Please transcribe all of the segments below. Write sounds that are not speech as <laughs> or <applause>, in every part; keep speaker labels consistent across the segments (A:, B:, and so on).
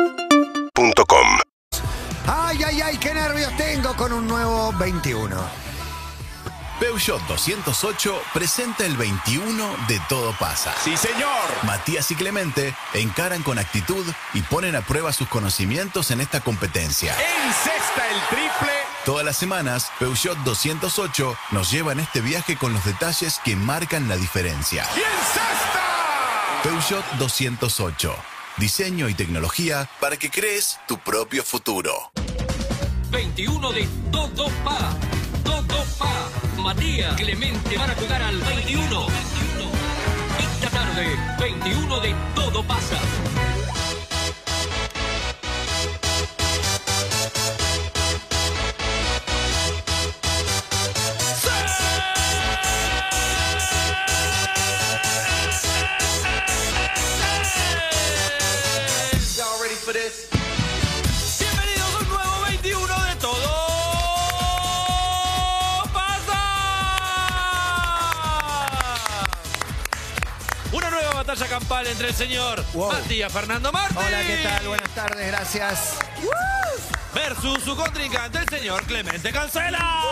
A: UrbanaPlayFM.com
B: Ay, ay, ay, qué nervios tengo con un nuevo 21.
C: Peugeot 208 presenta el 21 de Todo Pasa.
D: Sí, señor.
C: Matías y Clemente encaran con actitud y ponen a prueba sus conocimientos en esta competencia.
D: Encesta el triple.
C: Todas las semanas, Peugeot 208 nos lleva en este viaje con los detalles que marcan la diferencia.
D: ¡Y encesta!
C: Peugeot 208. Diseño y tecnología para que crees tu propio futuro.
E: 21 de Todo Pa. Todo Pa. Matías Clemente van a jugar al 21. Esta tarde, 21 de Todo Pasa.
D: Y'all ready for this? Bienvenidos a un nuevo 21 de todo. ¡Pasa! Una nueva batalla campal entre el señor
B: Wow.
D: Matías Fernando Martín.
B: Hola, ¿qué tal? Buenas tardes, gracias.
D: Versus su contrincante, el señor Clemente Cancela.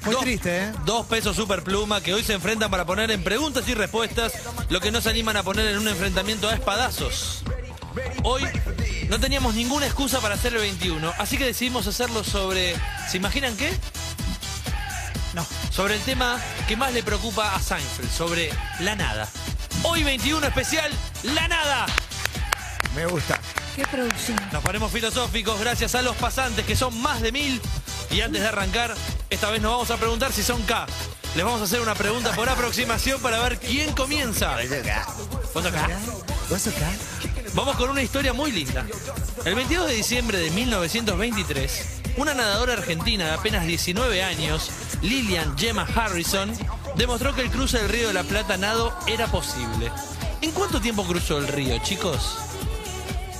B: Fue
D: Dos-
B: triste, ¿eh?
D: Dos pesos superpluma que hoy se enfrentan para poner en preguntas y respuestas lo que no se animan a poner en un enfrentamiento a espadazos. Hoy no teníamos ninguna excusa para hacer el 21, así que decidimos hacerlo sobre. ¿Se imaginan qué? No. Sobre el tema que más le preocupa a Seinfeld, sobre la nada. Hoy 21 especial, la nada.
B: Me gusta.
F: ¿Qué producción?
D: Nos ponemos filosóficos gracias a los pasantes, que son más de mil. Y antes de arrancar, esta vez nos vamos a preguntar si son K. Les vamos a hacer una pregunta por aproximación para ver quién comienza. ¿Cuánto acá?
B: ¿Vos acá?
D: Vamos con una historia muy linda. El 22 de diciembre de 1923, una nadadora argentina de apenas 19 años, Lillian Gemma Harrison, demostró que el cruce del río de la Plata nado era posible. ¿En cuánto tiempo cruzó el río, chicos?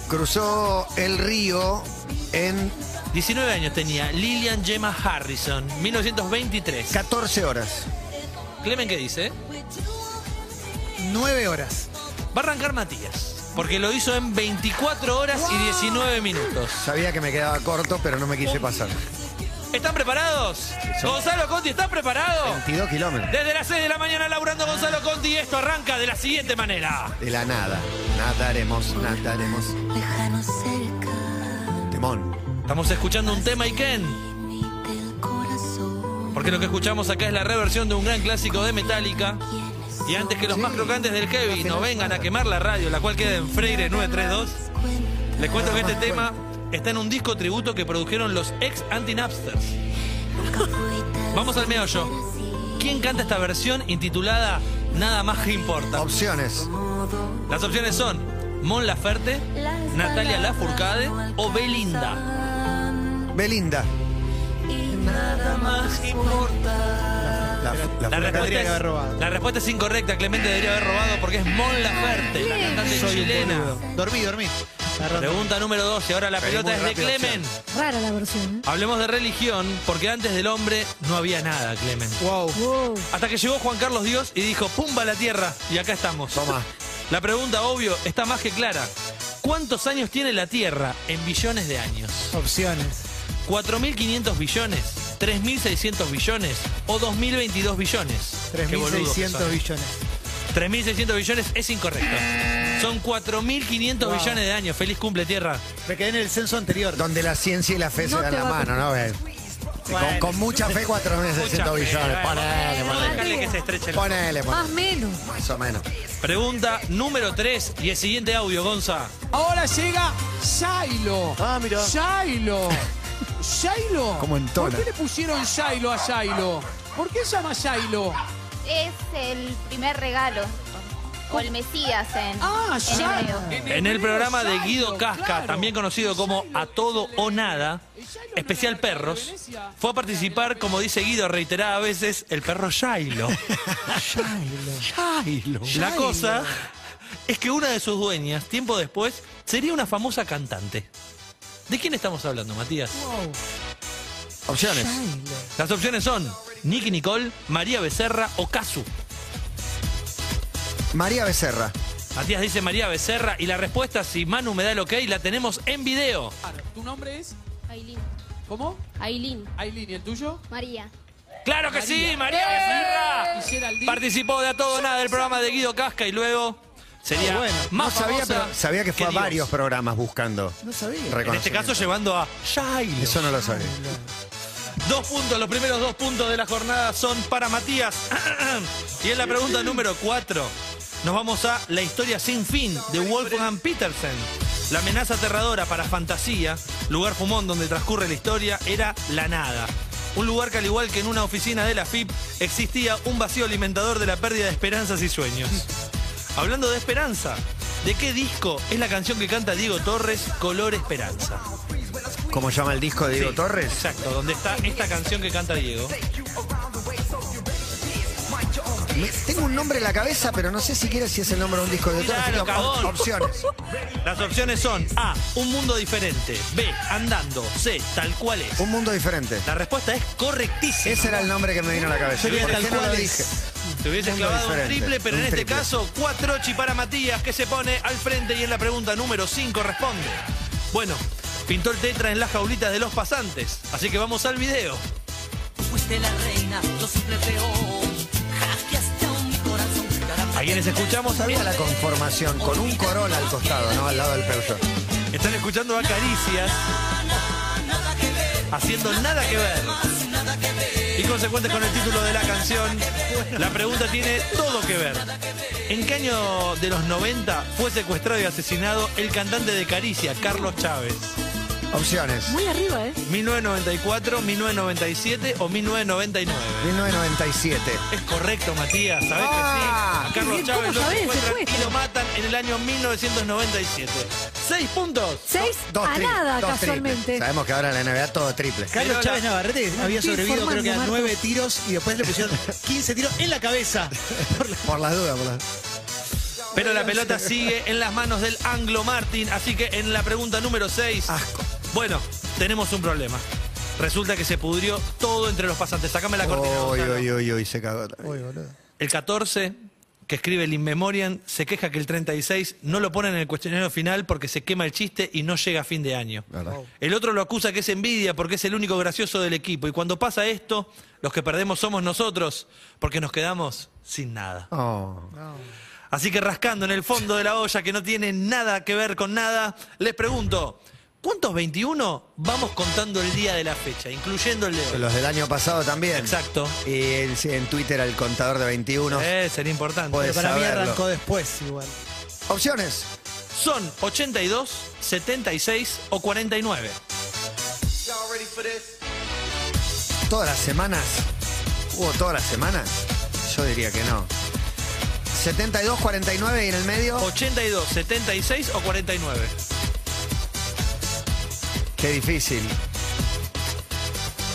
B: Cruzó el río en
D: 19 años tenía Lillian Gemma Harrison, 1923.
B: 14 horas.
D: Clemen, ¿qué dice?
B: 9 horas.
D: Va a arrancar Matías, porque lo hizo en 24 horas y 19 minutos.
B: Sabía que me quedaba corto, pero no me quise pasar.
D: ¿Están preparados? Gonzalo Conti, ¿estás preparado?
B: 22 kilómetros.
D: Desde las 6 de la mañana laburando Gonzalo Conti y esto arranca de la siguiente manera.
B: De la nada. Nadaremos, nadaremos.
F: Lejano cerca
B: Temón.
D: Estamos escuchando un tema Iken,
F: del corazón.
D: porque lo que escuchamos acá es la reversión de un gran clásico de Metallica. Y antes que los más crocantes del heavy nos vengan a quemar la radio, la cual queda en Freire 932, Les cuento que este tema está en un disco tributo que produjeron los ex Antinapsters. Vamos al meollo. ¿Quién canta esta versión intitulada Nada más que importa?
B: Opciones.
D: Las opciones son Mon Laferte, Natalia Lafourcade o Belinda.
B: Belinda.
D: Nada más importa.
B: La, la-
D: La respuesta, es, la respuesta es incorrecta. Clemente debería haber robado porque es Mon Laferte, la cantante chilena.
B: Dormí, dormí.
D: Pregunta número 12. Ahora la
B: Pedí
D: pelota
B: muy
D: es de
B: rápido,
D: Clemen.
F: Rara la versión, ¿eh?
D: Hablemos de religión porque antes del hombre no había nada, Clemen.
B: Wow.
F: ¿eh? Wow.
D: Hasta que llegó Juan Carlos Dios y dijo, ¡pumba la tierra! Y acá estamos.
B: Toma.
D: <laughs> La pregunta, obvio, está más que clara. ¿Cuántos años tiene la Tierra en billones de años?
G: Opciones.
D: ¿4.500 billones? ¿3.600 billones? ¿O 2.022 billones? Qué boludos que eh.
G: 3.600
D: son.
G: billones.
D: 3.600 billones es incorrecto. Son 4.500 billones de años. Feliz cumple, Tierra.
G: Me quedé en el censo anterior.
B: Donde la ciencia y la fe se
F: No
B: dan
F: te
B: la
F: va a-
B: mano, ¿no? Eh, Con,
G: Bueno.
B: con mucha fe, 4.600
D: Escúchame,
B: billones.
D: eh,
B: Ponele,
D: No
B: ponele.
D: dejarle que se estreche el...
B: Ponele,
A: Ah.
F: Más
B: ponele.
F: menos.
B: Más o menos.
D: Pregunta número 3 y el siguiente audio, Gonza.
H: Ahora llega Shiloh.
G: Ah, mira.
H: Shiloh. Shiloh.
B: Como entona.
H: ¿Por qué le pusieron Shiloh a Shiloh? ¿Por qué se llama Shiloh?
I: Es el primer regalo. O el Mesías en,
H: Ah,
I: en
H: Shiloh.
I: hebreo.
D: En el programa de Guido
H: Shiloh,
D: Casca,
H: claro.
D: también conocido como A Todo o Nada, especial Perros, fue a participar, como dice Guido, reiterada a veces, el perro Shiloh. Shiloh. La cosa es que una de sus dueñas, tiempo después, sería una famosa cantante. ¿De quién estamos hablando, Matías?
B: Opciones.
D: Las opciones son Nicky Nicole, María Becerra o Casu.
B: María Becerra.
D: Matías dice María Becerra y la respuesta, si Manu me da el ok, la tenemos en video.
H: ¿Tu nombre es?
A: Ailín.
H: ¿Cómo?
A: Ailín.
H: Aileen, ¿y el tuyo?
A: María.
D: ¡Claro que sí!
H: María.
D: ¡María Becerra!
H: Y Geraldine.
D: Participó de A Todo o Nada del programa de Guido Casca y luego sería
G: Ah, bueno.
D: más
B: no sabía,
D: famosa
B: pero sabía que fue a
D: Dios.
B: varios programas buscando.
G: No sabía.
D: En este caso llevando a Shailo.
B: Eso no lo sabía.
D: Dos puntos, los primeros dos puntos de la jornada son para Matías. <clears throat> y en la pregunta número cuatro, nos vamos a la historia sin fin de Wolfgang Petersen. La amenaza aterradora para Fantasía, lugar fumón donde transcurre la historia, era la nada. Un lugar que al igual que en una oficina de la FIP existía un vacío alimentador de la pérdida de esperanzas y sueños. Hablando de esperanza, ¿de qué disco es la canción que canta Diego Torres, Color Esperanza?
B: ¿Cómo llama el disco de Diego
D: Sí,
B: Torres?
D: Exacto, donde está esta canción que canta Diego.
B: Me- tengo un nombre en la cabeza, pero no sé siquiera si es el nombre de un disco de Diego Torres.
D: Claro,
B: Así que op-
D: cagón.
B: opciones.
D: Las opciones son A, un mundo diferente, B, andando, C, tal cual es.
B: Un mundo diferente.
D: La respuesta es correctísima.
B: Ese era el nombre que me vino a la cabeza.
D: Sería
B: ¿Por
D: tal
B: qué no
D: cual
B: lo
D: es.
B: dije?
D: Te hubieses
B: Mundo
D: clavado un
B: diferente,
D: triple, pero
B: un
D: en este
B: triple.
D: caso, cuatro ochi para Matías, que se pone al frente y en la pregunta número 5 responde. Bueno, pintó el tetra en las jaulitas de los pasantes, así que vamos al video. A quienes escuchamos
B: Sabía la conformación, con un Corolla al costado, ¿no? Al lado del Peugeot.
D: Están escuchando a Caricias haciendo nada que ver. Y consecuentes con el título de la canción, la pregunta tiene todo que ver. ¿En qué año de los 90 fue secuestrado y asesinado el cantante de Caricia, Carlos Chávez?
B: Opciones.
A: Muy arriba, ¿eh?
D: ¿1994, 1997 o 1999?
B: 1997.
D: Es correcto, Matías, ¿sabés
B: Ah,
D: que sí? A Carlos
A: ¿cómo
D: Chávez lo
A: sabés?
D: secuestran y
A: Secuestro.
D: lo matan en el año 1997. ¡Seis puntos!
A: Seis
B: Dos
A: a
B: tri-
A: nada,
B: dos triples.
A: casualmente.
B: Sabemos que ahora en la NBA todo triple.
G: Carlos
D: Pero
G: Chávez
D: la-
G: Navarrete había
A: estoy
G: sobrevivido creo que a
A: informando,
G: nueve tiros y después le pusieron 15 tiros en la cabeza. Por la-
B: Por las dudas, por las
D: Pero la pelota sigue en las manos del Anglo Martin, así que en la pregunta número 6. Bueno, tenemos un problema. Resulta que se pudrió todo entre los pasantes. Sácame la cortina.
B: Uy,
D: Gonzalo.
B: uy, uy, uy, se cagó. también.
D: El 14, que escribe el Inmemorian, se queja que el 36 no lo ponen en el cuestionario final porque se quema el chiste y no llega a fin de año. Oh.
B: Verdad.
D: El otro lo acusa que es envidia porque es el único gracioso del equipo. Y cuando pasa esto, los que perdemos somos nosotros porque nos quedamos sin nada.
B: Oh.
D: Así que rascando en el fondo de la olla que no tiene nada que ver con nada, les pregunto, ¿cuántos 21 vamos contando el día de la fecha, incluyendo el de hoy?
B: Los del año pasado también.
D: Exacto.
B: Y el- en Twitter al contador de 21.
D: Eh, sería importante.
B: Puede
G: Pero para mí
B: saberlo.
G: arrancó después igual.
B: Opciones.
D: Son 82, 76 o 49.
B: Todas las semanas. ¿Hubo todas las semanas? Yo diría que no. 72, 49 y en el medio.
D: 82, 76 o 49.
B: Qué difícil.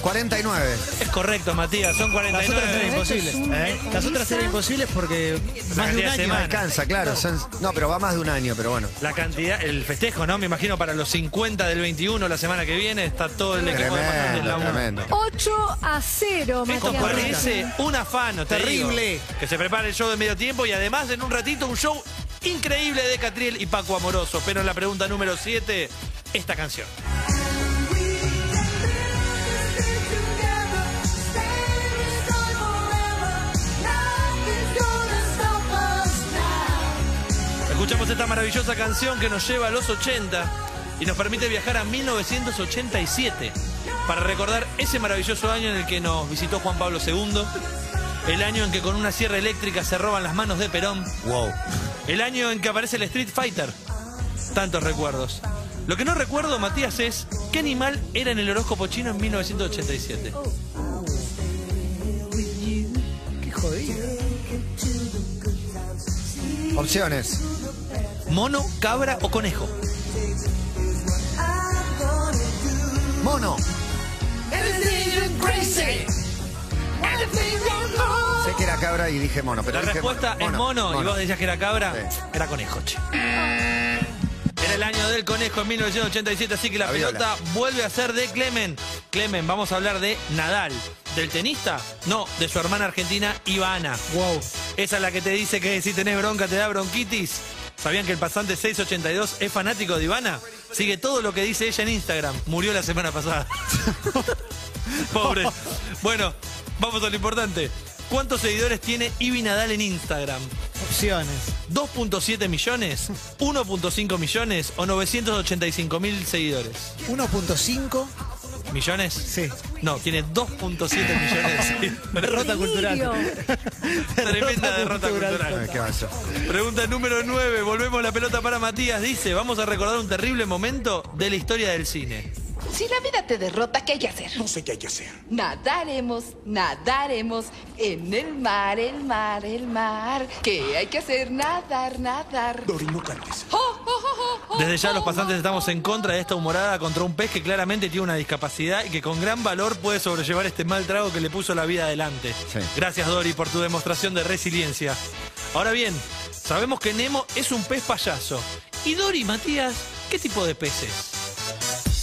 B: 49.
D: Es correcto, Matías, son
G: Las otras eran
D: 49.
G: imposibles. ¿eh? Las otras eran imposibles porque más de un
D: cantidad de
G: año
D: semanas.
B: Alcanza, claro. son- no, pero va más de un año, pero bueno.
D: La cantidad, el festejo, ¿no? Me imagino para los 50 del 21 la semana que viene está todo el equipo de Fernández
B: Tremendo,
D: laburando.
B: tremendo.
A: 8 a 0,
D: Esto
A: Matías.
D: parece un afano te
G: Terrible.
D: digo. que se prepara el show de medio tiempo y además en un ratito un show increíble de Catriel y Paco Amoroso. Pero en la pregunta número 7, esta canción. Escuchamos esta maravillosa canción que nos lleva a los 80 y nos permite viajar a 1987 para recordar ese maravilloso año en el que nos visitó Juan Pablo II, el año en que con una sierra eléctrica se roban las manos de Perón,
B: Wow.
D: el año en que aparece el Street Fighter. Tantos recuerdos. Lo que no recuerdo, Matías, es qué animal era en el horóscopo chino en 1987.
G: Qué jodido.
B: Opciones.
D: ¿Mono, cabra o conejo?
B: Mono. Sé que era cabra y dije mono, pero
D: La
B: dije
D: respuesta es mono, y vos decías que era cabra,
B: Sí.
D: era conejo, che. Era el año del conejo en 1987, así que la
B: La viola.
D: pelota vuelve a ser de Clemen. Clemen, vamos a hablar de Nadal. ¿Del tenista? No, de su hermana argentina, Ivana.
G: Wow.
D: Esa es la que te dice que si tenés bronca te da bronquitis. ¿Sabían que el pasante 682 es fanático de Ivana? Sigue todo lo que dice ella en Instagram. Murió la semana pasada. Pobre. Bueno, vamos a lo importante. ¿Cuántos seguidores tiene Ibi Nadal en Instagram?
G: Opciones.
D: 2.7 millones, 1.5 millones o 985 mil seguidores.
G: 1.5.
D: ¿Millones?
G: Sí.
D: No, tiene 2.7 millones. de seguidores.
G: Derrota cultural.
D: Tremenda derrota cultural.
B: Ay, ¿Qué pasó?
D: Pregunta número 9. Volvemos la pelota para Matías. Dice, vamos a recordar un terrible momento de la historia del cine.
J: Si la vida te derrota, ¿qué hay que hacer?
K: No sé qué hay que hacer.
J: Nadaremos, nadaremos en el mar, el mar, el mar. ¿Qué hay que hacer? Nadar, nadar.
K: Dori, no cantes.
J: Oh, oh, oh, oh, oh,
D: Desde ya los
J: oh,
D: pasantes
J: oh,
D: estamos en contra de esta humorada contra un pez que claramente tiene una discapacidad y que con gran valor puede sobrellevar este mal trago que le puso la vida adelante.
B: Sí.
D: Gracias Dori por tu demostración de resiliencia. Ahora bien, sabemos que Nemo es un pez payaso. ¿Y Dori, Matías, qué tipo de peces?
G: <laughs>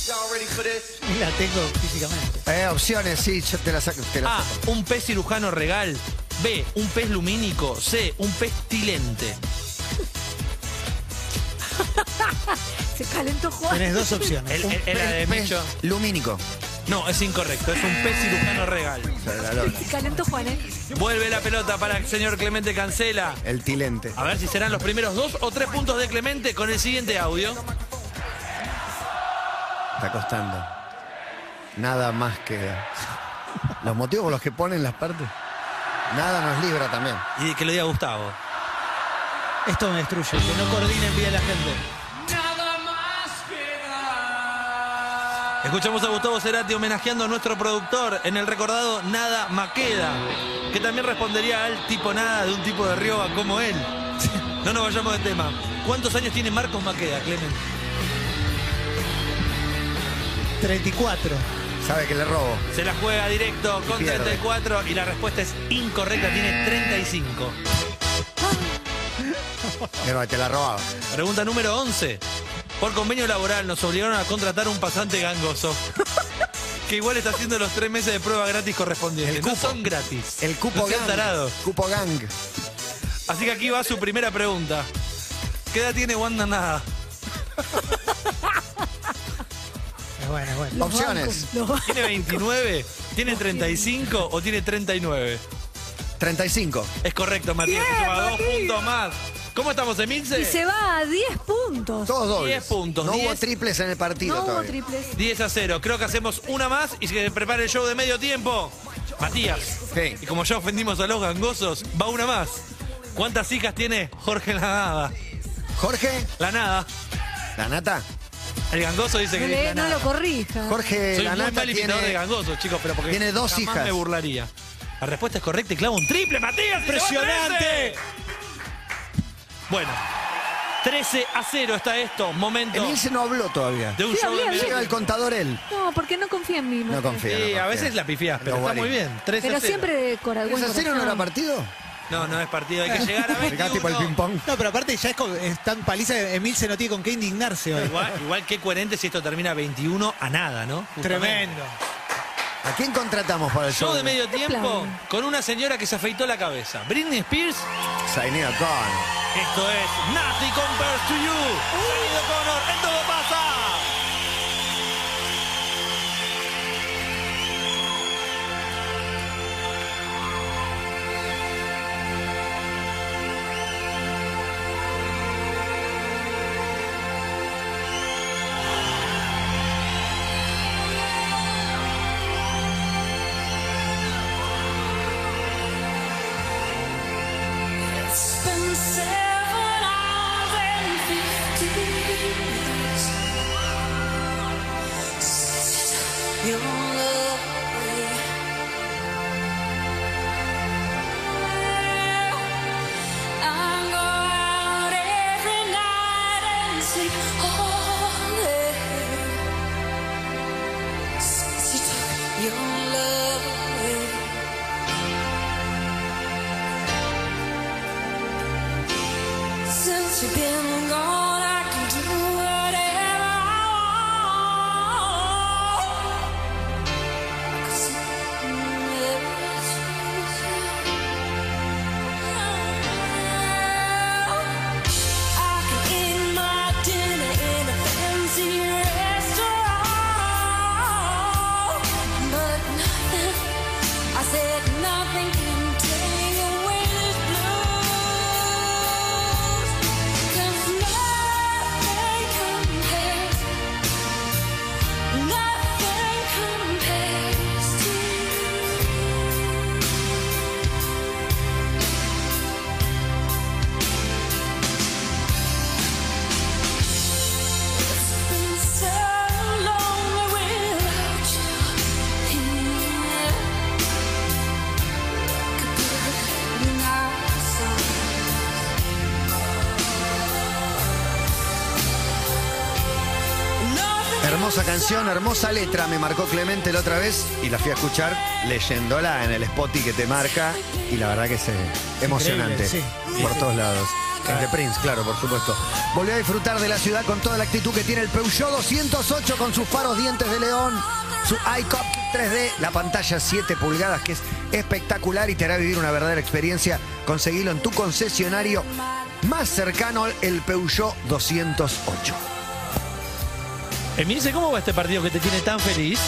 G: La tengo físicamente.
B: Eh, opciones, sí, yo te las saco. Te las
D: A,
B: saco.
D: un pez cirujano regal. B, un pez lumínico. C, un pez tilente.
A: Se calentó Juan.
G: Tenés dos opciones.
D: El-
G: Un-
D: el- era de
B: Pez
D: Micho.
B: lumínico.
D: No, es incorrecto. Es un pez cirujano regal.
B: O sea, la
A: <laughs>
B: lona.
A: Se calentó Juan, ¿eh?
D: Vuelve la pelota para el señor Clemente Cancela.
B: El tilente.
D: A ver si serán los primeros dos o tres puntos de Clemente con el siguiente audio.
B: Está costando. Nada más que. Los motivos por los que ponen las partes. Nada nos libra también.
D: Y que lo diga Gustavo.
G: Esto me destruye. Que no coordinen bien la gente.
D: Escuchamos a Gustavo Cerati homenajeando a nuestro productor en el recordado Nada Maqueda, que también respondería al tipo nada de un tipo de Rioba como él. No nos vayamos de tema. ¿Cuántos años tiene Marcos Maqueda, Clemente?
G: 34.
B: Sabe que le robo.
D: Se la juega directo con
B: Pierde.
D: 34 y la respuesta es incorrecta, tiene 35.
B: Pero te la robaba.
D: Pregunta número 11. Por convenio laboral nos obligaron a contratar un
B: <laughs>
D: pasante gangoso. Que igual está haciendo los tres meses de prueba gratis correspondientes.
B: El
D: No
B: cupo.
D: son gratis.
B: El cupo
D: No sean
B: gang.
D: tarados.
B: Cupo gang.
D: Así que aquí va su primera pregunta. ¿Qué edad tiene Wanda Nada?
G: Es bueno, es bueno.
B: Opciones.
A: Los bancos.
D: ¿Tiene 29? ¿Tiene 35 o tiene 39?
B: 35.
D: Es correcto, Matías.
A: Bien,
D: se suma dos
A: Matías.
D: puntos más. ¿Cómo estamos, Emilce?
A: Y se va a 10 puntos.
B: Todos dobles.
D: 10 puntos,
B: No
D: 10.
B: hubo triples en el partido
A: No hubo
B: todavía.
A: triples.
D: 10 a 0. Creo que hacemos una más y se prepara el show de medio tiempo. Matías.
B: Sí.
D: Y como ya ofendimos a los gangosos, va una más. ¿Cuántas hijas tiene Jorge Lanada?
B: Jorge,
D: Lanada.
B: la nata.
D: El gangoso dice que
A: No,
D: es
A: le- no
D: Lanada.
A: lo corrija.
B: Jorge,
D: Soy
B: la
D: muy
B: nata
D: mal imitador de
B: tiene.
D: gangosos, chicos, pero porque
B: tiene dos
D: jamás
B: hijas.
D: me burlaría. La respuesta es correcta y clava un triple, Matías.
G: Impresionante.
D: Bueno, 13 a 0 está esto. Momento
B: Emilce no habló todavía.
D: de un
A: Sí,
D: show
A: hablé,
D: de medio
A: hablé.
B: Llega el contador él.
A: No, porque no confía en mí.
B: No
A: Martín.
B: confía. no
D: Sí,
B: confía.
D: a veces la pifiás, pero
B: Los
D: está muy
B: guaris.
D: bien. 13 a
A: Pero
D: 0.
A: siempre con algún
B: ¿Es a cero no era
A: corazón.
B: partido?
D: No, no es partido, hay
B: <laughs>
D: que llegar a
B: Acá tipo el
D: 21.
B: ping-pong.
G: No, pero aparte ya es, co- es tan paliza que Emil se no tiene con qué indignarse hoy.
D: Igual, igual que coherente si esto termina 21 a nada, ¿no? Justamente.
G: Tremendo.
B: ¿A quién contratamos para el show?
D: Show de medio tiempo
A: plan.
D: con una señora que se afeitó la cabeza. Britney Spears,
B: Zainea Khan.
D: esto es Nothing Compares to You. Sonido Connor, en todo pasa.
F: Your love. Since you've been gone, I can do whatever I want. 'Cause you never choose me. I can
B: Hermosa canción, hermosa letra, me marcó Clemente la otra vez y la fui a escuchar leyéndola en el spot y que te marca y la verdad que es eh, emocionante
G: sí.
B: por todos lados. Es de Prince, claro, por supuesto. Volvió a disfrutar de la ciudad con toda la actitud que tiene el Peugeot 208 con sus faros dientes de león, su iCop 3D, la pantalla 7 pulgadas que es espectacular y te hará vivir una verdadera experiencia. Conseguilo en tu concesionario más cercano, el Peugeot 208.
D: Emilce, ¿cómo va este partido que te tiene tan feliz?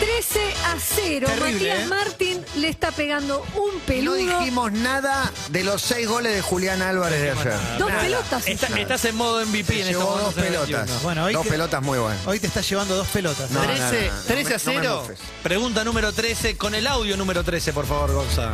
A: 13 a 0.
G: Terrible,
A: Matías
G: ¿eh?
A: Martín le está pegando un
B: No
A: peludo.
B: dijimos nada de los seis goles de Julián Álvarez de ayer.
A: Dos pelotas.
D: Está-
A: hizo.
D: estás en modo MVP
B: Se
D: en estos
B: llevó dos
D: momentos. en el
B: pelotas.
D: 21.
G: Bueno, hoy
B: dos
G: que-
B: pelotas muy buenas.
G: Hoy te estás llevando dos pelotas. ¿eh?
B: No, no, no, no,
D: Trece-
B: no me-
D: trece a
B: no me
D: cero.
B: mofes.
D: Pregunta número 13 con el audio número 13, por favor, Gonza.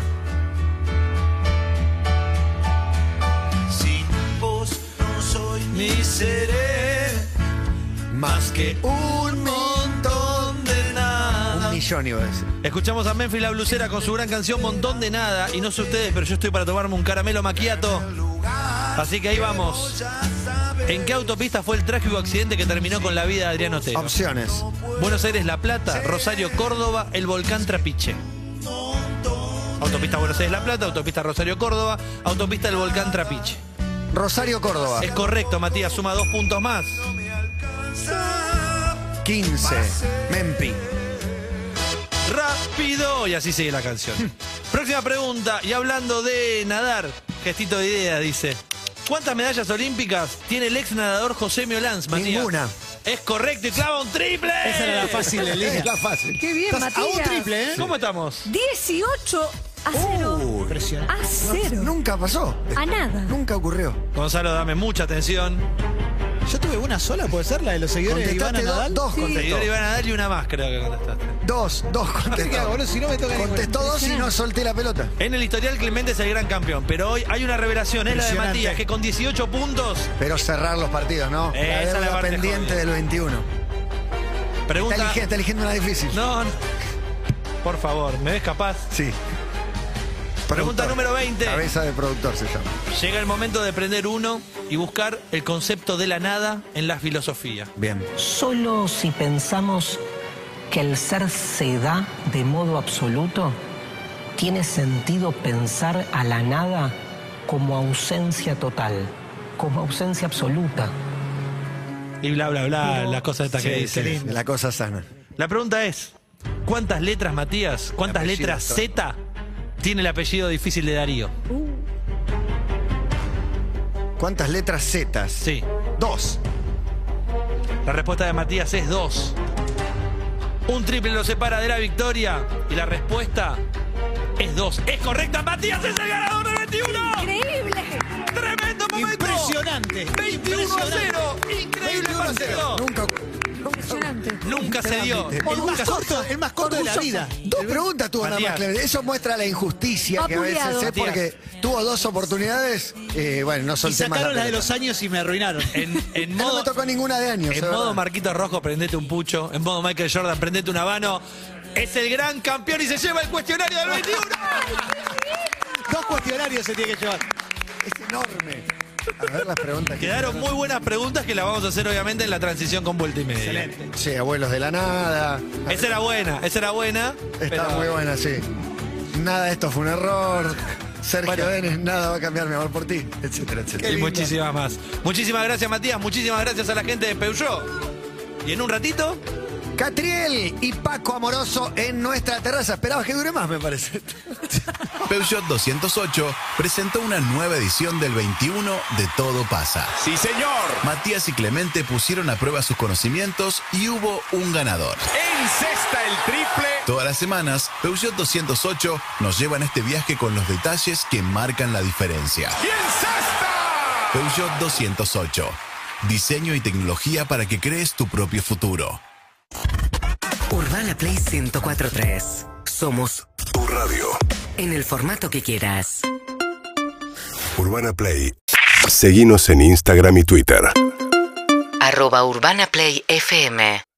B: Más que
D: Un montón de
B: un
D: nada.
B: millón iba a decir.
D: Escuchamos a Memphis la blusera con su gran canción Montón de nada. Y no sé ustedes, pero yo estoy para tomarme un caramelo maquiato. Así que ahí vamos. ¿En qué autopista fue el trágico accidente que terminó con la vida de Adrián Otero?
B: Opciones.
D: Buenos Aires, La Plata, Rosario, Córdoba, el volcán Trapiche. Autopista Buenos Aires, La Plata, autopista Rosario, Córdoba, autopista el volcán Trapiche.
B: Rosario Córdoba,
D: Es correcto, Matías, suma dos puntos más.
B: 15. Mempi.
D: Rápido, y así sigue
G: <laughs>
D: la canción. Próxima pregunta, y hablando de nadar, gestito de idea, dice. ¿Cuántas medallas olímpicas tiene el ex nadador José Miolanz, Matías?
B: Ninguna.
D: Es correcto, y clava un triple.
G: Esa era la fácil
B: <laughs>
G: de línea.
B: Está fácil.
A: Qué bien,
G: Estás
A: Matías.
G: a un triple, ¿eh?
D: ¿Cómo estamos?
A: 18 a 0.
G: Impresionante.
A: a 0.
B: Nunca pasó.
A: A nada.
B: Nunca ocurrió.
D: Gonzalo, dame mucha atención.
G: Yo tuve una sola, puede ser la de los seguidores de Ivana
B: Contestaste dos,
G: Nadal.
B: dos
A: Sí.
D: Te
B: contestó.
D: iban a darle una más, creo que contestaste.
B: Dos, dos
G: ¿Qué
B: contestó.
G: hago, boludo? Si no me toca ninguna.
B: Contestó dos y no solté la pelota.
D: En el historial Clemente es el gran campeón, pero hoy hay una revelación, es la de
G: Impresionante.
D: Matías, que con 18 puntos
B: Pero cerrar los partidos, ¿no?
D: Esa
B: La
D: es la
B: deuda
D: parte
B: pendiente
D: jodida.
B: del 21. Está
D: pregunta...
B: eligiendo, está eligiendo una difícil.
D: No, no. por favor, ¿me ves capaz?
B: Sí.
D: Pregunta número 20.
B: Cabeza de productor se llama.
D: Llega el momento de prender uno y buscar el concepto de la nada en la filosofía.
B: Bien.
K: Solo si pensamos que el ser se da de modo absoluto, tiene sentido pensar a la nada como ausencia total, como ausencia absoluta.
D: Y bla, bla, bla, las cosas estas que
G: Sí, qué
D: dice.
G: lindo.
B: La cosa sana.
D: La pregunta es, ¿cuántas letras, Matías? ¿Cuántas
B: El apellido
D: letras
B: está-
D: Z tiene el apellido difícil de Darío?
B: ¿Cuántas letras Z?
D: Sí.
B: Dos.
D: La respuesta de Matías es 2. Un triple lo separa de la victoria y la respuesta es 2. Es correcta, Matías es el ganador de 21.
A: Increíble.
D: Tremendo momento.
G: Impresionante.
D: 21 a 0. Increíble
B: 21 a cero.
D: partido.
B: Nunca. nunca-
A: Impresionante.
D: Nunca se dio.
B: Seguramente.
G: El más corto, el más corto de la
B: Orgulloso.
G: vida.
B: Dos preguntas tuvo nada más,
D: Matías.
B: Clemente. Eso muestra la injusticia que a
A: Vapuleado.
B: veces es
D: Matías.
B: porque tuvo dos oportunidades. eh, bueno, no
G: Y
B: solté más
G: sacaron la de
B: pelota.
G: los años y me arruinaron.
D: En,
G: <laughs>
D: en
B: No
D: modo,
B: me tocó ninguna de años. es
D: en modo
B: verdad.
D: Marquito Rojo, prendete un pucho. En modo Michael Jordan, prendete un habano. Es el gran campeón y se lleva el cuestionario
B: <laughs>
D: del 21.
G: Dos cuestionarios se tiene que llevar.
B: Es enorme. A ver las preguntas. que-
D: Quedaron muy buenas preguntas que las vamos a hacer obviamente en la transición con vuelta y media.
B: Sí, abuelos de la nada.
D: Esa era buena, esa era buena.
B: Está
D: pero-
B: muy buena, sí. Nada de esto fue un error. Sergio
D: Bueno.
B: Denis, nada va a cambiar mi amor por ti, etcétera, etcétera.
D: y muchísimas más. Muchísimas gracias, Matías. Muchísimas gracias a la gente de Peugeot. Y en un ratito,
B: Catriel y Paco Amoroso en nuestra terraza. Esperabas que dure más, me parece.
C: Peugeot 208 presentó una nueva edición del 21 de Todo pasa.
E: Sí, señor.
C: Matías y Clemente pusieron a prueba sus conocimientos y hubo un ganador.
E: En cesta el triple.
C: Todas las semanas, Peugeot 208 nos lleva en este viaje con los detalles que marcan la diferencia.
E: Y en cesta.
C: Peugeot 208. Diseño y tecnología para que crees tu propio futuro.
K: Urbana Play 1043. Somos
E: Tu radio.
K: en el formato que quieras.
E: Urbana Play. Seguimos en Instagram y Twitter.
K: Arroba Urbana Play FM